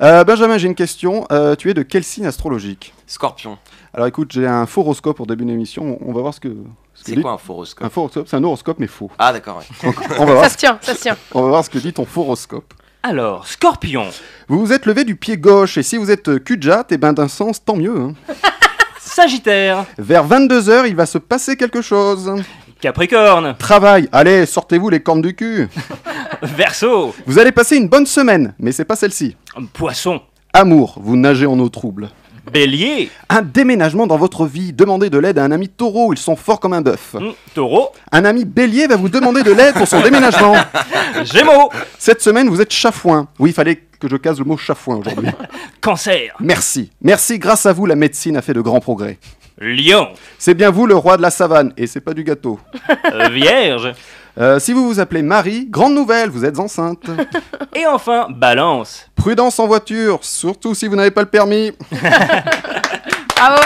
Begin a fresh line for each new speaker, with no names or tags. Euh, Benjamin, j'ai une question. Euh, tu es de quel signe astrologique
Scorpion.
Alors écoute, j'ai un faux horoscope pour début d'émission. On va voir ce que. ce que
C'est
dit-
quoi un faux horoscope
Un faux horoscope, c'est un horoscope mais faux.
Ah d'accord, ouais.
Donc, on, va voir,
Ça se tient, ça se tient.
on va voir ce que dit ton faux horoscope.
Alors, Scorpion,
Vous vous êtes levé du pied gauche et si vous êtes euh, cul-de-jatte, et ben d'un sens, tant mieux. hein.
Sagittaire,
Vers 22h, il va se passer quelque chose.
Capricorne,
Travail, allez, sortez-vous les cornes du cul.
Verseau,
Vous allez passer une bonne semaine, mais c'est pas celle-ci.
Poisson,
Amour, vous nagez en eau trouble.
Bélier,
Un déménagement dans votre vie, demandez de l'aide à un ami taureau, ils sont forts comme un bœuf.
hmm, Taureau,
Un ami bélier va vous demander de l'aide pour son déménagement.
Gémeaux,
Cette semaine, vous êtes chafouin. Oui, il fallait que je case le mot chafouin aujourd'hui.
Cancer,
Merci. Merci, grâce à vous, la médecine a fait de grands progrès.
Lion,
C'est bien vous le roi de la savane, et c'est pas du gâteau.
euh, Vierge,
Euh, si vous vous appelez Marie, grande nouvelle, vous êtes enceinte.
et enfin Balance.
Prudence en voiture, surtout si vous n'avez pas le permis.
Bravo.